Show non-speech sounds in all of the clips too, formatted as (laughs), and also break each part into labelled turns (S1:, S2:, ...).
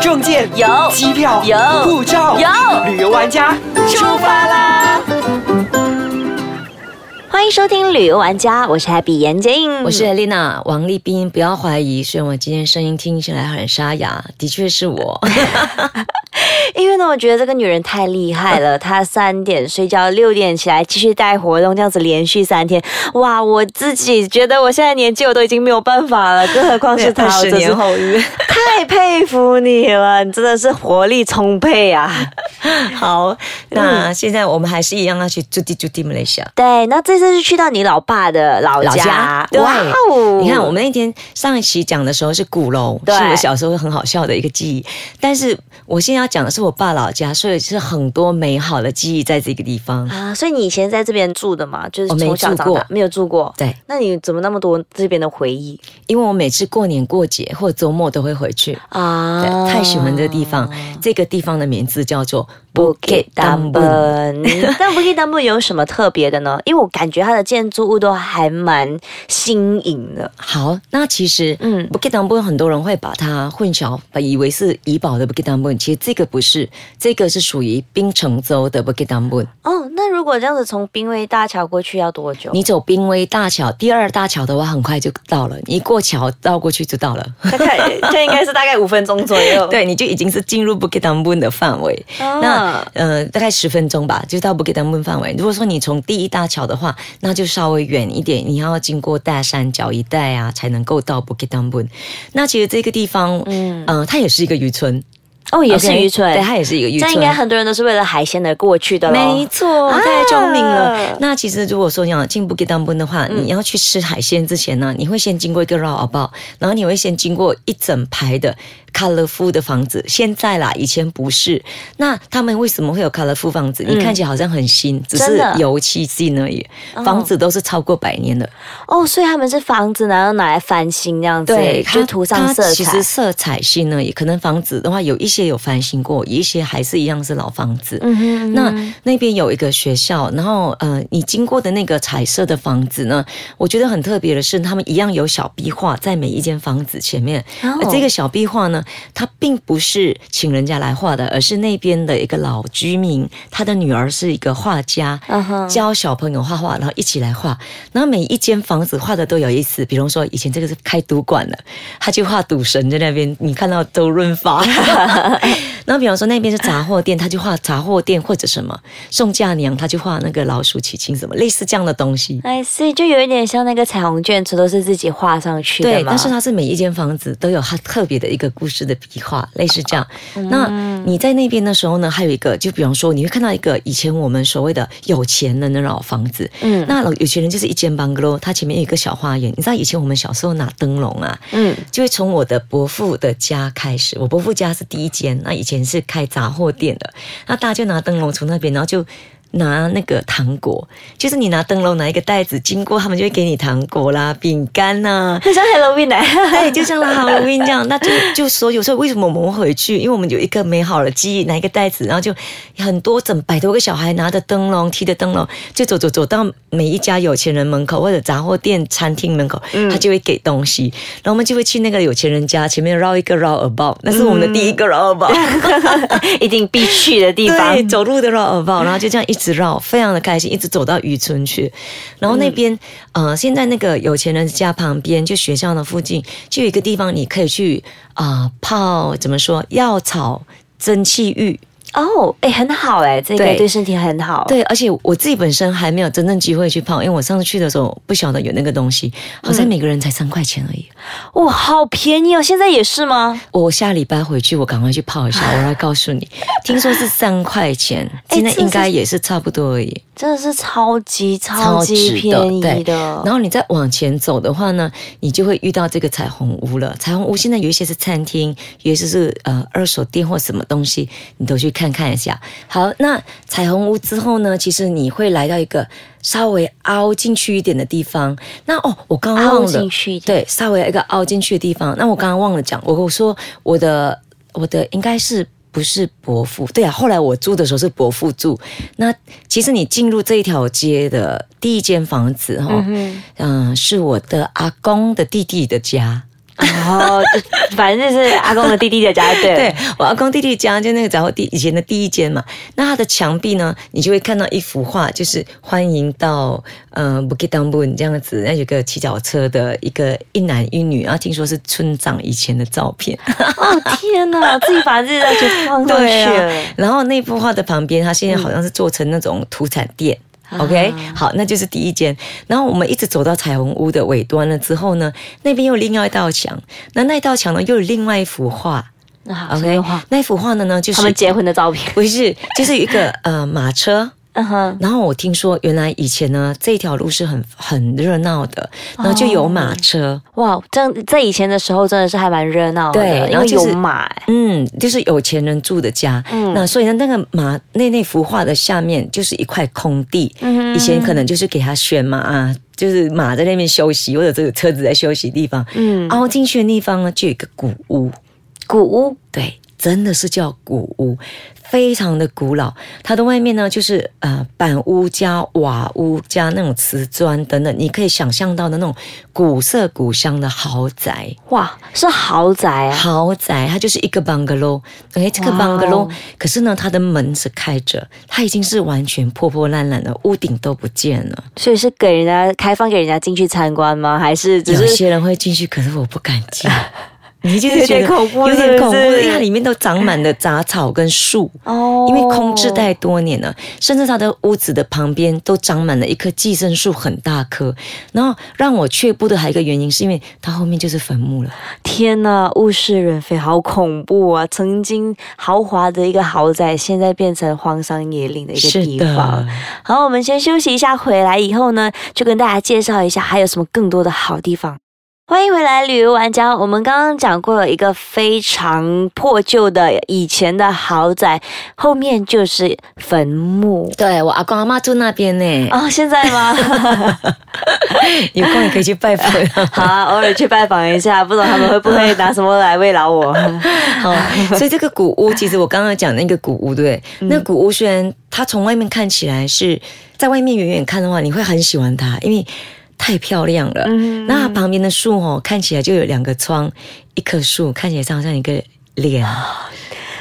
S1: 证件
S2: 有
S1: 机票
S2: 有
S1: 护照
S2: 有
S1: 旅游玩家
S2: 出发啦！
S3: 欢迎收听旅游玩家，我是 Happy 严静，
S2: 我是 Elena 王立斌，不要怀疑，虽然我今天声音听起来很沙哑，的确是我。
S3: 因为呢，我觉得这个女人太厉害
S2: (laughs)
S3: 了，她三点睡觉，六点起来继续带活动，这样子连续三天，哇！我自己觉得我现在年纪我都已经没有办法
S2: (laughs)
S3: 了，更何况 (laughs) 是她，我
S2: 20
S3: 真是
S2: 年后是不是
S3: (laughs) 太佩服你了，你真的是活力充沛
S2: (laughs)
S3: 啊！
S2: 好，那现在我们还是一样要去驻地驻地马来西亚。
S3: 对，那这次是去到你老爸的老家，
S2: 对，
S3: 哇哦！
S2: 你看我们那天上一期讲的时候是鼓楼，是
S3: 对
S2: 我小时候很好笑的一个记忆。但是我现在要讲的是我爸老家，所以是很多美好的记忆在这个地方。
S3: 啊，所以你以前在这边住的嘛，就是
S2: 我没
S3: 从小
S2: 住
S3: 长
S2: 过
S3: 大没有住过，
S2: 对，
S3: 那你怎么那么多这边的回忆
S2: 因为我每次过年过节或周末都会回去，
S3: 啊
S2: 对，太喜欢这个地方。
S3: 哦
S2: 这个地方的名字叫做
S3: Bukit
S2: Bukit Tambun。
S3: Tambun，但 (laughs) Bukit Tambun 有什么特别的呢？因为我感觉它的建筑物都还蛮新颖的。
S2: 好，那其实，
S3: 嗯
S2: 嗯，Bukit Tambun 很多人会把它混淆，把以为是怡保的 Bukit Tambun，其实这个不是，这个是属于槟城州的 Bukit Tambun。
S3: 哦，那如果这样子从滨威大桥过去要多久？
S2: 你走濒危大桥，第二大桥的话，很快就到了，你一过桥绕过去就到了。
S3: 大 (laughs) 概这应该是大概五分钟左右
S2: (laughs)
S3: 哦
S2: 对，你就已经是进入 Bukit Tambun 的范围。那
S3: 那
S2: 呃，大概十分钟吧，就到 Bukit Tambun 范围。如果说你从第一大桥的话，那就稍微远一点，你要经过大山脚一带啊，才能够到 Bukit Tambun。那其实这个地方，嗯、呃，它也是一个渔村，
S3: 哦也是
S2: OK，
S3: 渔村，
S2: 啊对，它也是一个渔
S3: 这样
S2: 村。
S3: 应该很多人都是为了海鲜而过去的咯
S2: 没错，
S3: 啊
S2: 太聪明了。那其实如果说你要进 Bukit Tambun 的话，
S3: 嗯
S2: 你要去吃海鲜之前呢，你会先经过一个 roundabout，然后你会先经过一整排的 colorful 的房子。现在啦，以前不是。那他们为什么会有 colorful 房子？你看起来好像很新，只
S3: 嗯真
S2: 是
S3: 的
S2: 油漆新而已。
S3: 哦
S2: 房子都是超过百年的。
S3: 哦，所以他们是房子，然后拿来翻新这样子，就
S2: 它
S3: 涂上色
S2: 它其
S3: 彩
S2: 实。色彩新呢，也可能房子的话，有一些有翻新过，有一些还是一样是老房子。
S3: 嗯哼，
S2: 那那边有一个学校，然后呃，你经过的那个彩色的房子呢，我觉得很特别的是，他们一样有小壁画在每一间房子前面。
S3: 哦
S2: 而这个小壁画呢，它并不是请人家来画的，而是那边的一个老居民，他的女儿是一个画家
S3: 嗯哼
S2: 教小朋友画画，然后一起来画。然后每一间房子画的都有意思，比如说以前这个是开赌馆的，他就画赌神在那边，你看到周润发。然后比方说那边是杂货店，他就画杂货店或者什么宋嫁娘，他就画那个老鼠娶亲什么，类似这样的东西。
S3: 哎，所以就有一点像那个彩虹卷轴，都是自己画上去的
S2: 对，
S3: 嘛。
S2: 但是它是每一间房子都有它特别的一个故事的笔画，类似这样。那你在那边的时候呢，还有一个，就比方说你会看到一个以前我们所谓的有钱人的老房子，
S3: 嗯
S2: 嗯，那老有钱人就是一间 bungalow，它前面有一个小花园。你知道以前我们小时候拿灯笼啊，
S3: 嗯，
S2: 就会从我的伯父的家开始。我伯父家是第一间，那以前是开杂货店的，那大家就拿灯笼从那边，然后就。拿那个糖果，就是你拿灯笼拿一个袋子经过，他们就会给你糖果啦、饼干啊呐、
S3: 很像 Halloween
S2: (laughs)
S3: 啊来。
S2: 对，哎就像 Halloween 这样，那就就所以有时候为什么我们会回去？因为我们有一个美好的记忆，拿一个袋子，然后就很多整百多个小孩拿着灯笼，提着灯笼，就走走走到每一家有钱人门口或者杂货店、餐厅门口，他就会给东西，然后我们就会去那个有钱人家前面绕一个 roundabout，那是我们的第一个 roundabout。
S3: (laughs) 一定必去的地方
S2: 对，。走路的绕耳包，然后就这样一直绕，非常的开心，一直走到渔村去。然后那边、
S3: 嗯
S2: 呃，现在那个有钱人家旁边，就学校的附近，就有一个地方你可以去啊、呃泡，怎么说药草蒸汽浴。
S3: 哦，哎，很好哎，这个
S2: 对
S3: 对身体很好。，
S2: 对，而且我自己本身还没有真正机会去泡，因为我上次去的时候不晓得有那个东西，好像每个人才三块钱而已。
S3: 哇，好便宜哦！现在也是吗？
S2: 我下礼拜回去，我赶快去泡一下，我来告诉你，听说是三块钱，
S3: 哎
S2: 现在
S3: 这是
S2: 应该也是差不多而已。
S3: 真的是超级超
S2: 超
S3: 级
S2: 级
S3: 便宜
S2: 对
S3: 的。
S2: 然后你再往前走的话呢，你就会遇到这个彩虹屋了。彩虹屋现在有一些是餐厅，有一些是呃二手店或什么东西，你都去看看一下。好，那彩虹屋之后呢，其实你会来到一个稍微凹进去一点的地方。那哦，我刚刚
S3: 凹
S2: 忘了
S3: 进，去一点，
S2: 对，稍微有一个凹进去的地方。那我刚刚忘了讲，我我说我的我的应该是。不是伯父，对啊。后来我住的时候是伯父住。那其实你进入这一条街的
S3: 嗯
S2: 嗯第一间房子哈，嗯、是我的阿公的弟弟的家。
S3: 哦，就反正就是阿公的弟弟的家， (laughs) 对。
S2: 对我阿公弟弟家就那个然后第以前的第一间嘛，那它的墙壁呢，你就会看到一幅画，就是欢迎到呃 b u k i t a m b u n 这样子，那有个骑脚车的一个一男一女，然后听说是村长以前的照片，
S3: 哦天 (laughs) 哪，自己把自己的去放上去了。
S2: 啊，然后那幅画的旁边，它现在好像是做成那种土产店。
S3: 啊
S2: OK，好，那就是第一间。然后我们一直走到彩虹屋的尾端了之后呢，那边又另外一道墙，那那一道墙呢又有另外一幅画。
S3: 啊 OK，
S2: OK，
S3: 话
S2: 那一幅画呢呢就是
S3: 他们结婚的照片。
S2: 不是，就是一个呃马车。
S3: 嗯哼，
S2: 然后我听说，原来以前呢，这条路是很很热闹的，然后就有马车，
S3: 哇，这在以前的时候真的是还蛮热闹的，
S2: 对
S3: 因
S2: 然
S3: 为
S2: 后就
S3: 有
S2: 是
S3: 马、欸
S2: 嗯，就是有钱人住的家。
S3: 嗯
S2: 那所以呢，那个马那那幅画的下面就是一块空地，
S3: 嗯
S2: 以前可能就是给他选马啊，就是马在那边休息，或者这个车子在休息地方。
S3: 嗯
S2: 凹进去的地方呢，就有一个古屋，
S3: 古屋
S2: 对，真的是叫古屋，非常的古老。它的外面呢，就是呃板屋加瓦屋加那种瓷砖等等，你可以想象到的那种古色古香的豪宅。
S3: 哇是豪宅啊，
S2: 豪宅它就是一个 bungalow，哎，这个
S3: 哇哦
S2: bungalow，可是呢，它的门是开着，它已经是完全破破烂烂的，屋顶都不见了。
S3: 所以是给人家开放给人家进去参观吗？还是只
S2: 有
S3: 是
S2: 些人会进去，可是我不敢进。
S3: (laughs)
S2: 你就是觉得
S3: 有点恐怖
S2: 有
S3: 是不
S2: 点
S3: 是
S2: 恐怖，因为它里面都长满了杂草跟树。
S3: 哦
S2: 因为空置太多年了，甚至他的屋子的旁边都长满了一棵寄生树，很大棵。然后让我却步的还有一个原因，是因为它后面就是坟墓了。
S3: 天呐，物是人非，好恐怖啊！曾经豪华的一个豪宅，现在变成荒山野岭的一个
S2: 是
S3: 地
S2: 的
S3: 方。好，我们先休息一下，回来以后呢，就跟大家介绍一下还有什么更多的好地方。欢迎回来，旅游玩家。我们刚刚讲过了一个非常破旧的以前的豪宅，后面就是坟墓
S2: 对我阿公阿妈住那边呢，
S3: (laughs) 哦。现在吗？ (laughs)
S2: 有空也可以去拜 (laughs) 哦访。
S3: 好啊，偶尔去拜访一下，不懂他们会不会拿什么来慰劳 (laughs) 我？
S2: 好， (laughs) 所以这个古屋，其实我刚刚讲那个古屋，对不对，那古屋虽然它从外面看起来是在外面远远看的话，你会很喜欢它，因为太漂亮了。
S3: 嗯
S2: 那旁边的树哦，看起来就有两个窗，一棵树看起来像像一个脸。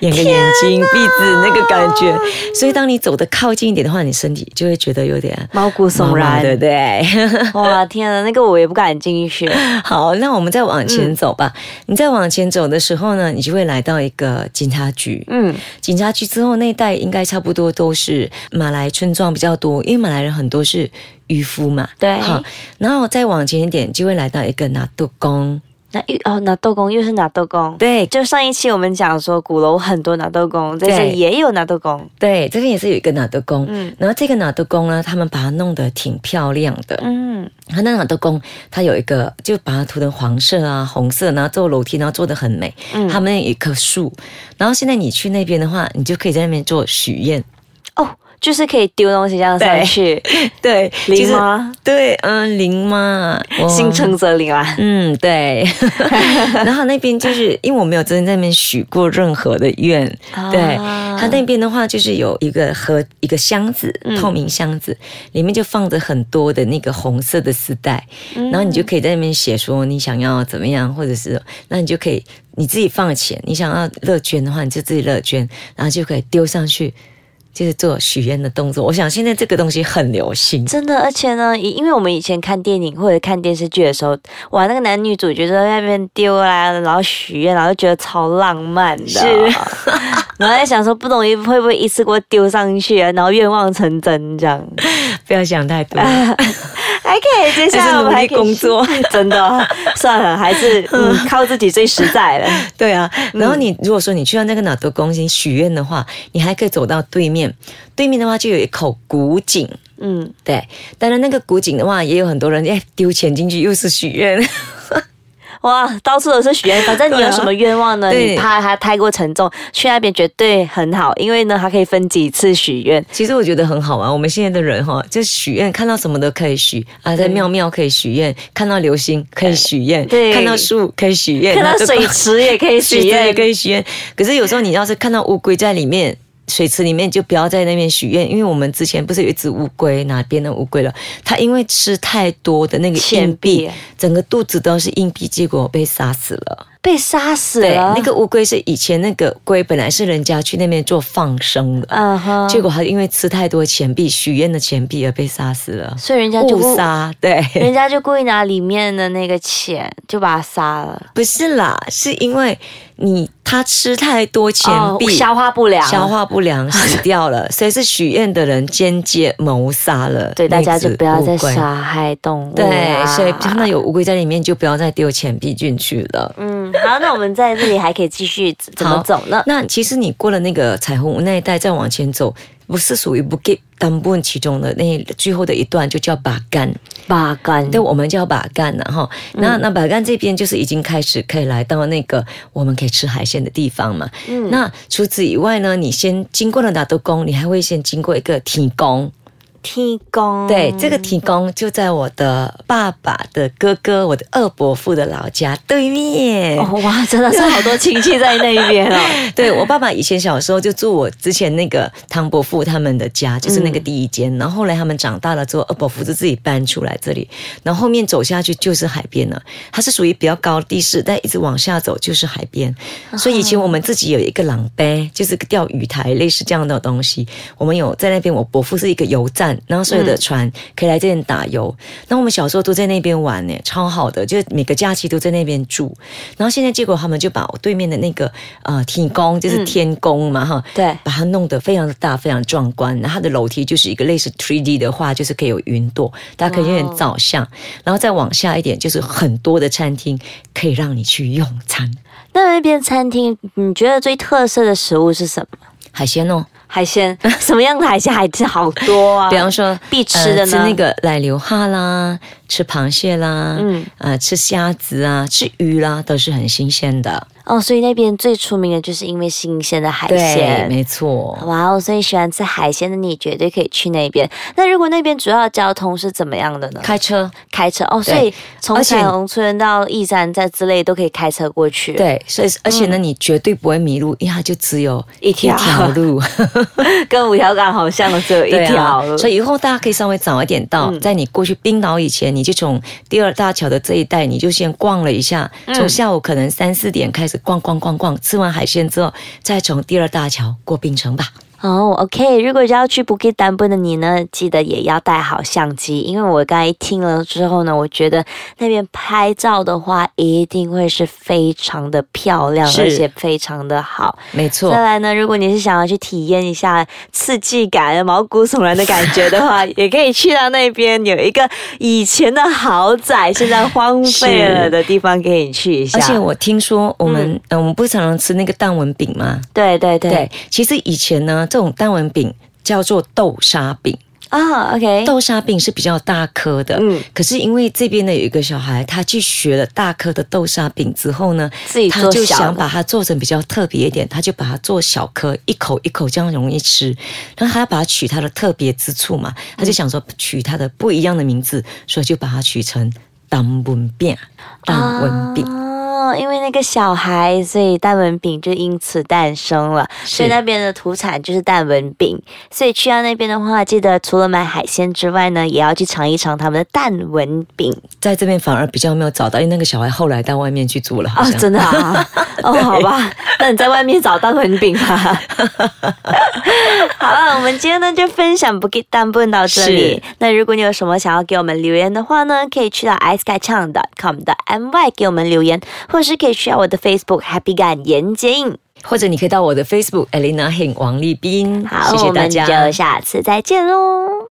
S2: 两个眼睛、鼻子那个感觉，所以当你走得靠近一点的话，你身体就会觉得有点
S3: 毛骨悚
S2: 麻麻
S3: 然，
S2: 对不对？ (laughs)
S3: 哇，天啊，那个我也不敢进去。
S2: 好，那我们再往前走吧。你再往前走的时候呢，你就会来到一个警察局。
S3: 嗯，
S2: 警察局之后那一带应该差不多都是马来村庄比较多，因为马来人很多是渔夫嘛。
S3: 对
S2: 好，然后再往前一点就会来到一个拿杜宫。
S3: 那又哦，纳豆公又是纳豆公。
S2: 对
S3: 就上一期我们讲说鼓楼很多纳豆公，在
S2: 对
S3: 这里也有纳豆公。
S2: 对，这边也是有一个拿杜宫。
S3: 嗯
S2: 然后这个拿杜宫呢，他们把它弄得挺漂亮的。
S3: 嗯，
S2: 它那拿杜宫，它有一个就把它涂成黄色啊、红色，然后做楼梯，然后做的很美。
S3: 嗯
S2: 他们有一棵树，然后现在你去那边的话，你就可以在那边做许愿。
S3: 哦，就是可以丢东西这样上 (laughs) 去，
S2: 对，
S3: 灵？吗？
S2: 对，嗯，灵嘛，我
S3: 心诚则灵啊啦。
S2: 嗯，对。然后那边就是因为我没有真的在那边许过任何的愿，
S3: 啊
S2: 对。它那边的话就是有一个盒，一个箱子，透明箱子，里面就放着很多的那个红色的丝带，然后你就可以在那边写说你想要怎么样，或者是那你就可以你自己放钱，你想要乐捐的话你就自己乐捐，然后就可以丢上去。就是做许愿的动作，我想现在这个东西很流行， (laughs)
S3: 真的，而且呢，因因为我们以前看电影或者看电视剧的时候，哇，那个男女主角就在那边丢啦，然后许愿，然后就觉得超浪漫的。
S2: 是
S3: 然后在想说，不懂会不会一次过丢上去啊，然后愿望成真这样。
S2: 不要想太多。
S3: 还可以，接下来我们还可以
S2: 还是努力工作，
S3: (laughs) 真的算了，还是嗯 (laughs) 靠自己最实在了。
S2: (laughs) 对啊，然后你如果说你去到那个哪多公心许愿的话，你还可以走到对面，对面的话就有一口古井。
S3: 嗯，
S2: 对，当然那个古井的话，也有很多人哎丢钱进去，又是许愿。
S3: 哇，到处都是许愿，反正你有什么愿望呢？
S2: 对啊
S3: 你怕它太过沉重，去那边绝对很好，因为呢，它可以分几次许愿。
S2: (laughs) 其实我觉得很好玩，啊我们现在的人哈，就许愿看到什么都可以许啊，在庙庙可以许愿，看到流星可以许愿，
S3: 对
S2: 看到树可以许愿，
S3: 看
S2: 然
S3: 到
S2: 后就
S3: 水池也可以许
S2: 许愿
S3: 愿
S2: 也可，以许愿。可是有时候你要是看到乌龟在里面，水池里面就不要在那边许愿，因为我们之前不是有一只乌龟，哪边的乌龟了？它因为吃太多的那个
S3: 钱
S2: 硬币
S3: 币，
S2: 整个肚子都是硬币，结果被杀死了。
S3: 被杀死
S2: 对，
S3: 了。
S2: 那个乌龟是以前那个龟，本来是人家去那边做放生的，
S3: 嗯哼，
S2: 结果它因为吃太多钱币，许愿的钱币而被杀死了，
S3: 所以人家就哎
S2: 误杀。对，
S3: 人家就故意拿里面的那个钱就把它杀了，
S2: 不是啦，是因为你它吃太多钱币，
S3: 哦消化不良，
S2: 消化不良死掉
S3: (laughs)
S2: 了，所以是许愿的人间接谋杀了。
S3: 对大家就不要再
S2: 杀。
S3: 杀害动物、啊
S2: 对，所以看到。有乌龟在里面，就不要再丢钱币进去了。
S3: 嗯，好，那我们在这里还可以继续怎怎么
S2: 好
S3: 走呢？
S2: (laughs) 那其实你过了那个彩虹屋那一带，再往前走，不是属于不给丹布其中的那最后的一段，就叫把干。
S3: 八竿
S2: 对，我们叫把干了哈。
S3: 嗯
S2: 那那把干这边就是已经开始可以来到那个我们可以吃海鲜的地方嘛。
S3: 嗯
S2: 那除此以外呢，你先经过了打豆宫，你还会先经过一个提宫。
S3: 天公，
S2: 对，这个提供就在我的爸爸的哥哥，我的二伯父的老家对面。
S3: 哦哇，真的是好多亲戚在那一边哦。
S2: (laughs) 对我爸爸以前小时候就住我之前那个唐伯父他们的家，就是那个第一间。然后后来他们长大了之后，二伯父就自己搬出来这里，然后后面走下去就是海边了。它是属于比较高地势，但一直往下走就是海边。所以以前我们自己有一个朗杯，就是个钓鱼台，类似这样的东西。我们有在那边，我伯父是一个游站，然后所有的船可以来这边打游。那、我们小时候都在那边玩呢，超好的，就是每个假期都在那边住。然后现在结果他们就把我对面的那个呃天宫，就是天宫嘛哈，
S3: 对
S2: 把它弄得非常的大，非常壮观。然后它的楼梯就是一个类似 three D 的话，就是可以有云朵，大家可以有点照相。然后再往下一点，就是很多的餐厅可以让你去用餐，
S3: 那那边餐厅，你觉得最特色的食物是什么？
S2: 海鲜哦，
S3: 海
S2: (laughs)
S3: 鲜，什么样的海鲜？海鲜好多啊！
S2: 比方说
S3: 必吃的呢
S2: 呃吃那个奶牛哈啦，吃螃蟹啦，
S3: 嗯
S2: 嗯，呃，吃虾子啊，吃鱼啦，都是很新鲜的。
S3: 哦，所以那边最出名的就是因为新鲜的海
S2: 对，
S3: 鲜。
S2: 没错。
S3: 哇哦！所以喜欢吃海鲜的你绝对可以去那边。那如果那边主要交通是怎么样的呢？
S2: 开车，
S3: 开车哦，所
S2: 对
S3: 以从
S2: 而且
S3: 彩虹村到义山站之类都可以开车过去。，
S2: 对，所以而且呢，你绝对不会迷路，因为它就只有
S3: 嗯一 (laughs) 条
S2: 路。
S3: 跟五条港好像只有一
S2: 对
S3: 条嗯路。
S2: 啊，所以以后大家可以稍微早一点到，在你过去冰岛以前，你就从第二大桥的这一带，你就先逛了一下，
S3: 嗯
S2: 从下午可能三四点开始逛逛逛逛，吃完海鲜之后，再从第二大桥过冰城吧。
S3: 哦、o k 如果要去 Bukit d a m b u 的你呢，记得也要带好相机，因为我刚才听了之后呢，我觉得那边拍照的话，一定会是非常的漂亮，
S2: 是
S3: 而且非常的好。
S2: 没错
S3: 再，来呢，如果你是想要去体验一下刺激感、毛骨悚然的感觉的话，也可以去到那边有一个以前的豪宅，现在荒废了
S2: 是
S3: 的地方，可以去一下。
S2: 而且我听说我们，嗯、我们不是常常吃那个蛋文饼吗？
S3: 对对对
S2: 对，其实以前呢，这种蛋文饼叫做豆沙饼。
S3: 啊、o k
S2: 豆沙饼是比较大颗的，
S3: 嗯
S2: 可是因为这边呢有一个小孩，他去学了大颗的豆沙饼之后呢，
S3: 自己做
S2: 他就
S3: 小的
S2: 想把它做成比较特别一点，他就把它做小颗，一口一口这样容易吃。然后他要把它取它的特别之处嘛，他
S3: 嗯
S2: 就想说取它的不一样的名字，所以就把它取成当文饼，当文饼。
S3: 哦，因为那个小孩，所以蛋文饼就因此诞生了。所以那边的土产就是蛋文饼，所以去到那边的话，记得除了买海鲜之外呢，也要去尝一尝他们的蛋文饼
S2: 在这边反而比较没有找到，因为那个小孩后来到外面去住了，好
S3: 哦，
S2: 像。
S3: 真的
S2: (laughs)
S3: 啊，哦，好吧，那你在外面找蛋文饼吧。好了，我们今天呢就分享不给蛋笨到这里
S2: 是。
S3: 那如果你有什么想要给我们留言的话呢，可以去到 i c e c a n g c o m 的 my 给我们留言，或是可以去到我的 Facebook Happy 感言接应。
S2: 或者你可以到我的 Facebook Elena Heng 王丽斌，
S3: 好，
S2: 谢谢大家，
S3: 我们就下次再见喽。